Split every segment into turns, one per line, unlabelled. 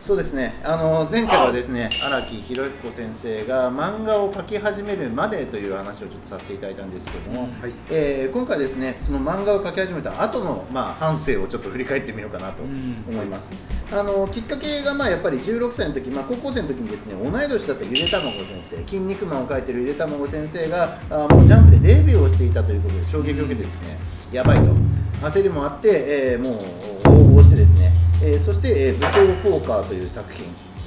そうですねあの前回はですね荒木宏彦先生が漫画を描き始めるまでという話をちょっとさせていただいたんですけども、
うん
はい
えー今回はですねその漫画を描き始めた後のまあ反省をちょっと振り返ってみようかなと
うん
思います、あのきっかけがまあやっぱり16歳の時、まあ、高校生の時にですね同い年だったゆでたまご先生「筋肉マン」を描いてるゆでたまご先生があもうジャンプでデビューをしていたということで衝撃を受けてですね、やばいと焦りもあって、えーもう応募してですね、えーそして、えー武装ポーカー」という作品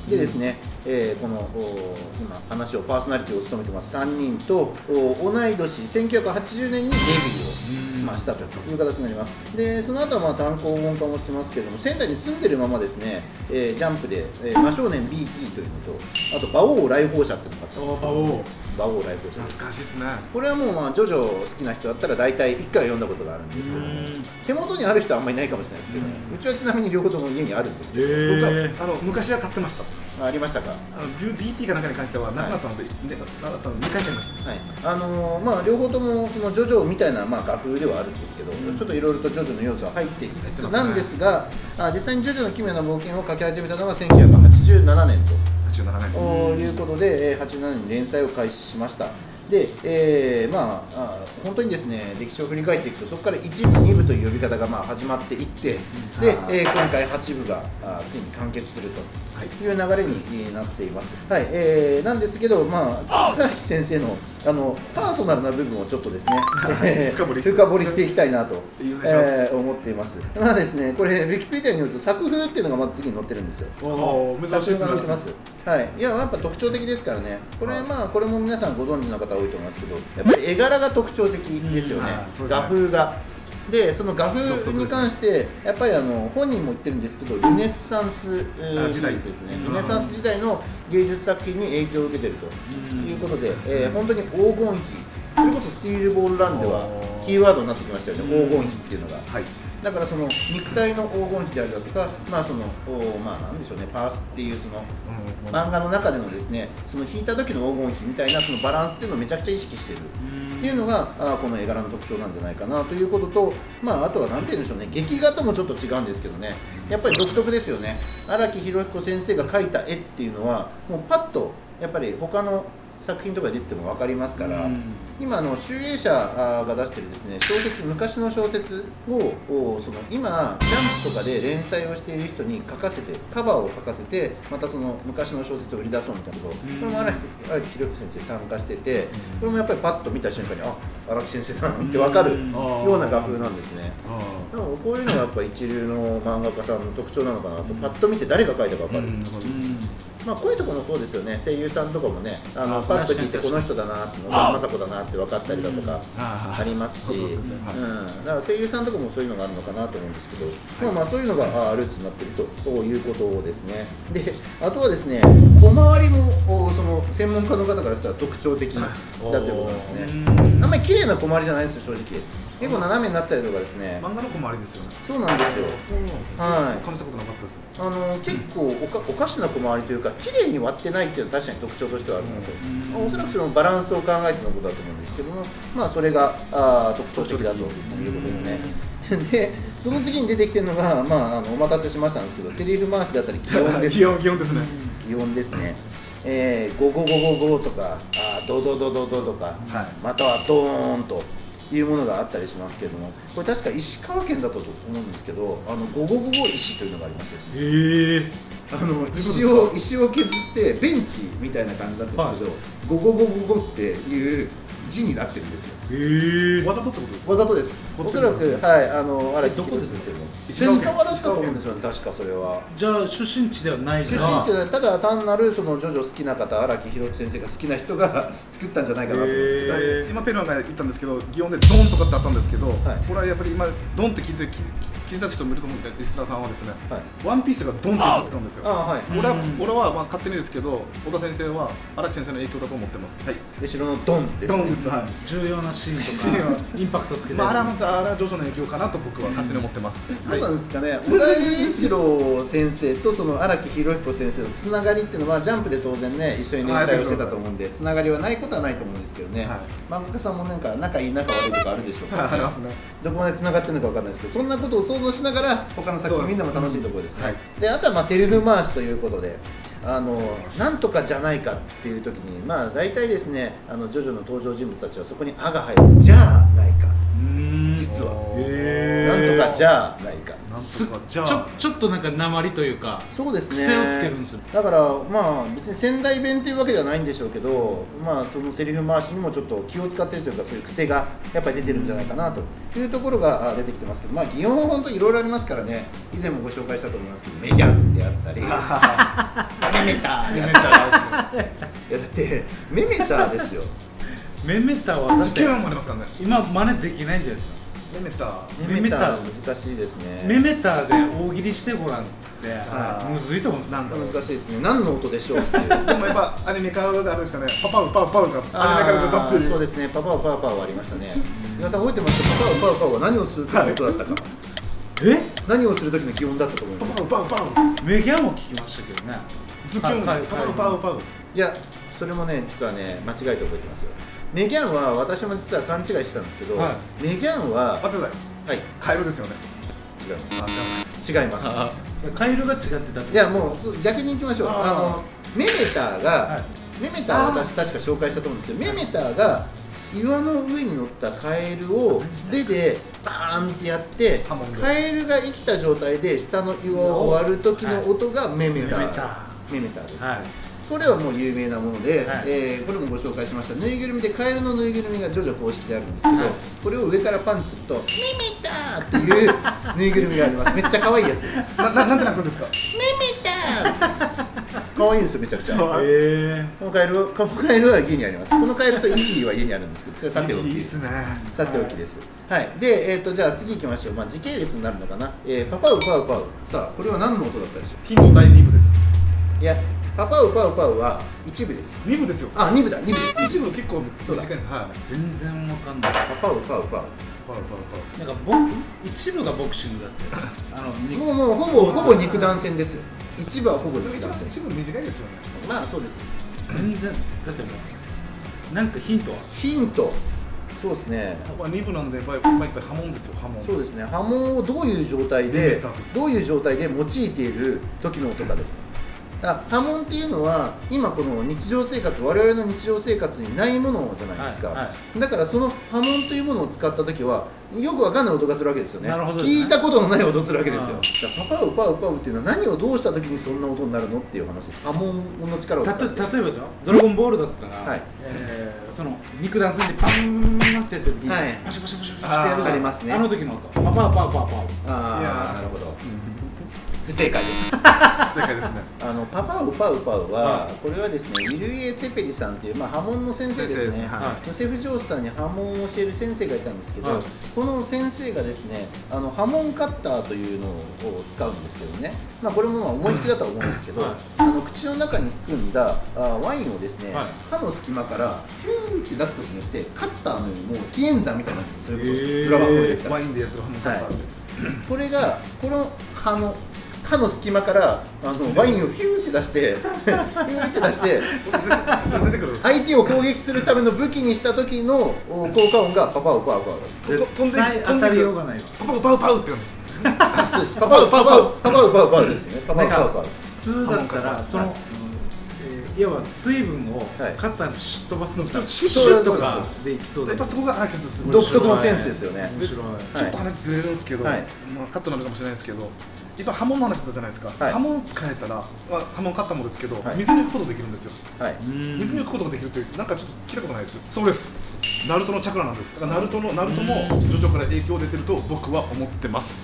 でですね、えーこのお今話をパーソナリティを務めてます3人とお同い年1980年にデビューをまあしたという形になりますでその後はまあ単行本化もしてますけれども仙台に住んでるままですね、えージャンプで、えー真正面 BT というのとあと馬王来訪者っていうのがあったんですけど
お
馬王来訪者です
懐かしいっすね
これはもうまあジョジョ好きな人だったら大体1回は読んだことがあるんですけども手元にある人はあんまりいないかもしれないですけどねうちはちなみに両方とも家にあるんですけど、
僕
え
はあの昔は買ってました
ありましたか
あの BT かなんかに関してはなくなったので、でなかったので2回買いました
はいあのーまあ、両方ともそのジョジョみたいな、まあ、画風ではあるんですけど、
ん
ちょっといろいろとジョジョの要素は入っていつ
入
つ
ってますね
なんですが、あ実際に「ジョジョの奇妙な冒険」を書き始めたのが1987年と。
87年
ということで、えー87年に連載を開始しました。で、えーまああ本当にですね歴史を振り返っていくとそこから1部2部という呼び方がまあ始まっていって、で、
あ
えー
ー
今回8部があーついに完結すると。
は
い
い
う流れにえーなっています。はい、えーなんですけど、まあ、荒木先生の、あの、パーソナルな部分をちょっとですね。えー
深掘りして
深掘りしていきたいなと、
お願いします
えー思っています。まあですね、これ、ウィキペディアによると、作風っていうのがまず次に載ってるんですよ。
おー珍しいっすね
作風が載ってます。はい、いや、やっぱ特徴的ですからね。これ、
はい
まあ、これも皆さんご存知の方多いと思いますけど、やっぱり絵柄が特徴的ですよね
うんあー。そうですね
画風が。で、その画風に関して、やっぱりあの本人も言ってるんですけど、ルネッサンスえー
あ時代
技術ですね。
う
ル
ん
ネサンス時代の芸術作品に影響を受けてると
うん
いうことで、えー本当に黄金比。それこそスティールボールランでは
おー
キーワードになってきましたよね、
うん
黄金比っていうのが。
はい
だからその肉体の黄金比であるだとか、まあその、おまあなんでしょうね、パースっていうその
うん
漫画の中でのですね、その引いた時の黄金比みたいなそのバランスっていうのをめちゃくちゃ意識してる。っていうのがあーこの絵柄の特徴なんじゃないかなということと、まあ、あとは何て言うんでしょうね劇画ともちょっと違うんですけどねやっぱり独特ですよね荒木宏彦先生が描いた絵っていうのはもうパッとやっぱり他の作品とかで言っても分かりますから、
うん
今あの集英社あーが出してるですね小説昔の小説をおその今ジャンプとかで連載をしている人に書かせてカバーを書かせてまたその昔の小説を売り出そうみたいなこと
うん
これも荒木荒木宏彦先生参加しててこれもやっぱりパッと見た瞬間にあ荒木先生だなって分かる
うん
ような画風なんですね。
あ
でもこういうのがやっぱ一流の漫画家さんの特徴なのかなとパッと見て誰が描いたか分
ー
かる、
うん
まあ、こういうところもそうですよね声優さんとかもねあの
あ
パッと聞いて
確
こ
か
の
に
人だなって小田雅子だなって分かったりだとか
あー
ありますし、
そうそうそうはい
うん、だから声優さんとかもそういうのがあるのかなと思うんですけど、まあまあそういうのがあールーツになってるとということですねであとはですね小回りもおその専門家の方からしたら特徴的だということなんです
う
ね
ん
あんまり綺麗な小回りじゃないですよ正直結構斜めになってたりとかですね
漫画の子もあれですよね
そうなんですよ
そうなんですよ
はい
感じたことなかったですよ
あの結構おかおかしな小回りというか綺麗に割ってないっていうのは確かに特徴としてはあるので、
うん
まあおそらくそのバランスを考えてのことだと思うんですけども、まあ、それがあー特徴的だということですね。でその次に出てきてるのが、まあ、あのお待たせしましたんですけどセリフ回しだったり擬音です
気温気温ですね
擬音ですね。えー、ゴゴゴゴゴとかあードドドドドとか、
はい
またはドーンというものがあったりしますけれどもこれ確か石川県だったと思うんですけどあのゴゴゴゴ石というのがありましてですね
ええ
あの
ですか
石を石を削ってベンチみたいな感じだったんですけど、ゴゴゴゴゴっていう字になってるんですよ。
ええわざとってことですか
わざとです。
こ
お
っち
そ
な
ら
んですね
くはいあのあれ
どこです
よね。
石川県
石川だったと思うんですよね確かそれは。
じゃあ出身地ではない
出
か
身
ら
地じゃないただ単なるそのジョジョ好きな方荒木宏之先生が好きな人が作ったんじゃないかなと思うんですけど、
えー今ペルアンが言ったんですけど擬音でドンとかってあったんですけど、
はい
これはやっぱり今ドンって聞いてき聞いた人もいると思うんでリスナーさんはですね、
はい
ワンピースがドンって使うんですよ
あはい。
俺は
うん
俺はまあ勝手にですけど小田先生は荒木先生の影響だと思ってますはい
後ろのドンです、ね。
すはい
重要なシー
シーン
ンとかインパクトつけて
まあ、あれはまずあれはジョジョの影響かなと僕は勝手に思ってます、
どうな
はい
んですかね、小田栄一郎先生とその荒木宏彦先生のつながりっていうのはジャンプで当然ね一緒に連載をしてたと思うんでつながりはないことはないと思うんですけどね、
はい
漫画家さんもなんか仲いい仲悪いとかあるでしょうか
ありますね
どこまでつながってるのかわかんないですけどそんなことを想像像しながら他の作品みんなも楽しいところですね、
そうです
であとはまあセルフ回しということであのなんとかじゃないかっていう時にまあ大体ですねあのジョジョの登場人物たちはそこに「あ」が入る「じゃあないか」
ん
実は
へ
なんとかじ
ゃ
ゃあないか
なん
す
と
ちょ
かじゃあ
ちょっとなんか鉛というか
そうですね
癖をつけるんですよ
だからまあ別に仙台弁というわけではないんでしょうけどまあそのセリフ回しにもちょっと気を使ってるというかそういう癖がやっぱり出てるんじゃないかなというところがあ出てきてますけどまあ擬音は本当いろいろありますからね以前もご紹介したと思いますけどメギャンであったりメメターいやだってメメターですよ
メメタはだっ
地
て
球もありますからね
今真似できないんじゃないですか
メメター
メ
メ
メ
メ
タ
タ
ー
ー
難しいですね
メメターで大喜利してごらんっつって、
はい
むずいと思うんですよ
なんだろう
難しいですね何の音でしょうっていう
でもやっぱアニメ化があるんですよねパパウパウパウがアニメから歌
あ
っ
ー
て
そう
る
ですねパパオパオパオはありましたね皆さん覚えてますかパパオパオパオは何をする時の音だったか、
え
何をする時の基本だったと思い
パ
ます
パウパウパウ
メギャンも聞きましたけどね
ズッキュンパ
かか
パウパウパウです
いやそれもね実はね間違えて覚えてますよメギャンは私も実は勘違いしてたんですけど、
は
メギャンは
待ってください
はい違い
カエルですよね
ま
あ
す違います
カエルが違ってたってこと
いやもうそう逆にいきましょうあ
あー
のメメターが、
はい
メメター私確か紹介したと思うんですけどメメターが岩の上に乗ったカエルを素手でバーンってやって
波紋で
カエルが生きた状態で下の岩を割る時の音がメメター、
メメター
メメターです、
はい
これはもう有名なもので、
はい
えーこれもご紹介しましたぬいぐるみでカエルのぬいぐるみがジョジョ公式であるんですけど、
はい
これを上からパンチすると「メメター!」っていうぬいぐるみがありますめっちゃ可愛いやつです
なななんて泣くんですか
可愛いんですよめちゃくちゃ
はい
え
このカエルはこのカエルは家にありますこのカエルとイギーは家にあるんですけどそれはさておき
いいっすね
さておきですはい、で、えー、とじゃあ次行きましょう、まあ、時系列になるのかな、えーパパウパウパウさあこれは何の音だったでしょ
ヒント第2部です
ういやパパウパウパウは一部です
2部ですよ
あ二部だ二部です
1部結構短いですはい
ー、全然わかんない
パパウパウパウ
パウパウパウ
なんかボ一部がボクシングだ ってあのに
もうもうほぼほぼ肉弾戦ですよ一部はほぼ
でも
肉
一
弾
番
戦
一部短いですよね
まあそうですね
全然だってもうなんかヒントは
ヒントそうですね
まあ2部なんでまあまあ言ったら波紋ですよ波紋
そうですね波紋をどういう状態
メ
で
ーター
どういう状態で用いている時の音かですねだから波紋っていうのは今この日常生活我々の日常生活にないものじゃないですか、
はいは
だからその波紋というものを使った時はよくわかんない音がするわけですよね
なるほどですね
聞いたことのない音するわけですよ
うん
だからパパウパウパウっていうのは何をどうした時にそんな音になるのっていう話です波紋の力を使
た
って
と例えばですよドラゴンボールだったら、
はい
えーその肉弾戦でパーンってやった時に、
はい
パシャパシャパシャパシャってやる
あーあ
じゃな
り
い
ま
ですす
ね
かあの時の音パパパ
い
パパ
や
ああ
ー
なるほど不正解です
正解ですね
あのパパウパウパウは、
は
これはですねミルイエ・ツェペリさんという、まあ、波紋の先生ですね
先生ですねはい
ジョセフ・ジョースさんに波紋を教える先生がいたんですけど、
はい
この先生がですねあの波紋カッターというのを使うんですけどね、まあ、これもまあ思いつきだとは思うんですけど、
はい
あの口の中に含んだあワインをですね、
はい
歯の隙間からヒューって出すことによってカッターのようにもう紀元山みたいなんですよそれこそ
へー
裏番号で言ったら
ワインでやってる波紋とかあって
これがこの歯の歯の隙間からあのワインをヒューって出して ヒューって出して
出てくるんです
相手を攻撃するための武器にした時のお効果音がパパウパウパウ
と飛んでいく
絶対当たりようがないわ
パパウパウパウって感じです
そうですパパウパウパウパパウパウパウですねパパ
な
ウ
ん
パウパウ
か普通だった
はい
らその、えーいわば水分を
はい
カッターにシュッとばすの
シュッ
シュッ
シュッ
シュッと
そう
か
です
でいきそう
や
で
っぱそこが荒木さんとすごい
独特のセンスですよね
面白い
ちょっと話ずれるんですけど、
はい
まあ、カットになるかもしれないですけど今波紋の話だったじゃないですか、
はい
波紋を使えたら、まあ、波紋カッターもですけど、
はい
水に置くことできるんですよ
はい
水に置くことができるというなんかちょっと聞いたことないですそうですナルトのチャクラなんですだからナルトのナルトも徐々から影響出てると僕は思ってます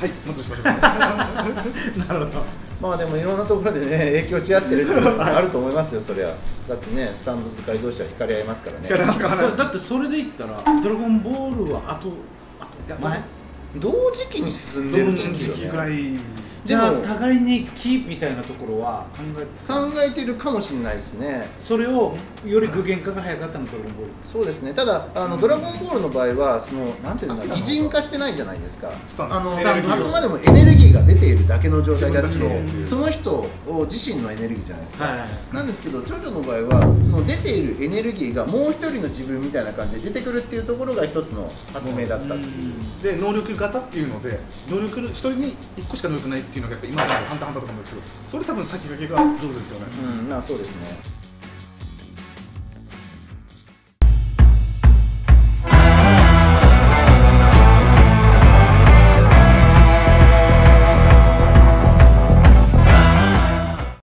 はいもっとしましょうか
なるほど
まあでもいろんなところでね 影響し合ってるっていうのがあると思いますよそりゃだってねスタンド使い同士は惹かれ合いますからね
やりますから
だ
ね
だってそれで言ったら「ドラゴンボール」はあとあと
いや
前
同
同時期に進んでるんです
時
よ
期ぐ
ね
らい
じゃあ互いに木みたいなところは考えてた
考えてるかもしれないですね
それをより具現化が早かったのドラゴンボール
そうですねただあの、ドラゴンボールの場合はそのなんていうんだ擬人化してないじゃないですか
スタンド
あの
ス
タンド
あくまでもエネルギーが出ているだけの状態であって
自分たちの
その人を自身のエネルギーじゃないですか、
はいはい
なんですけど、ジョジョの場合は、その出ているエネルギーがもう一人の自分みたいな感じで出てくるっていうところが一つの発明だったっていう。
で能力型っていうので能力の一人に一個しか能力ないっていうのがやっぱ今までハンターハンターとかもですけどそれ多分先駆けが上手ですよね、
うん、まあそうですね。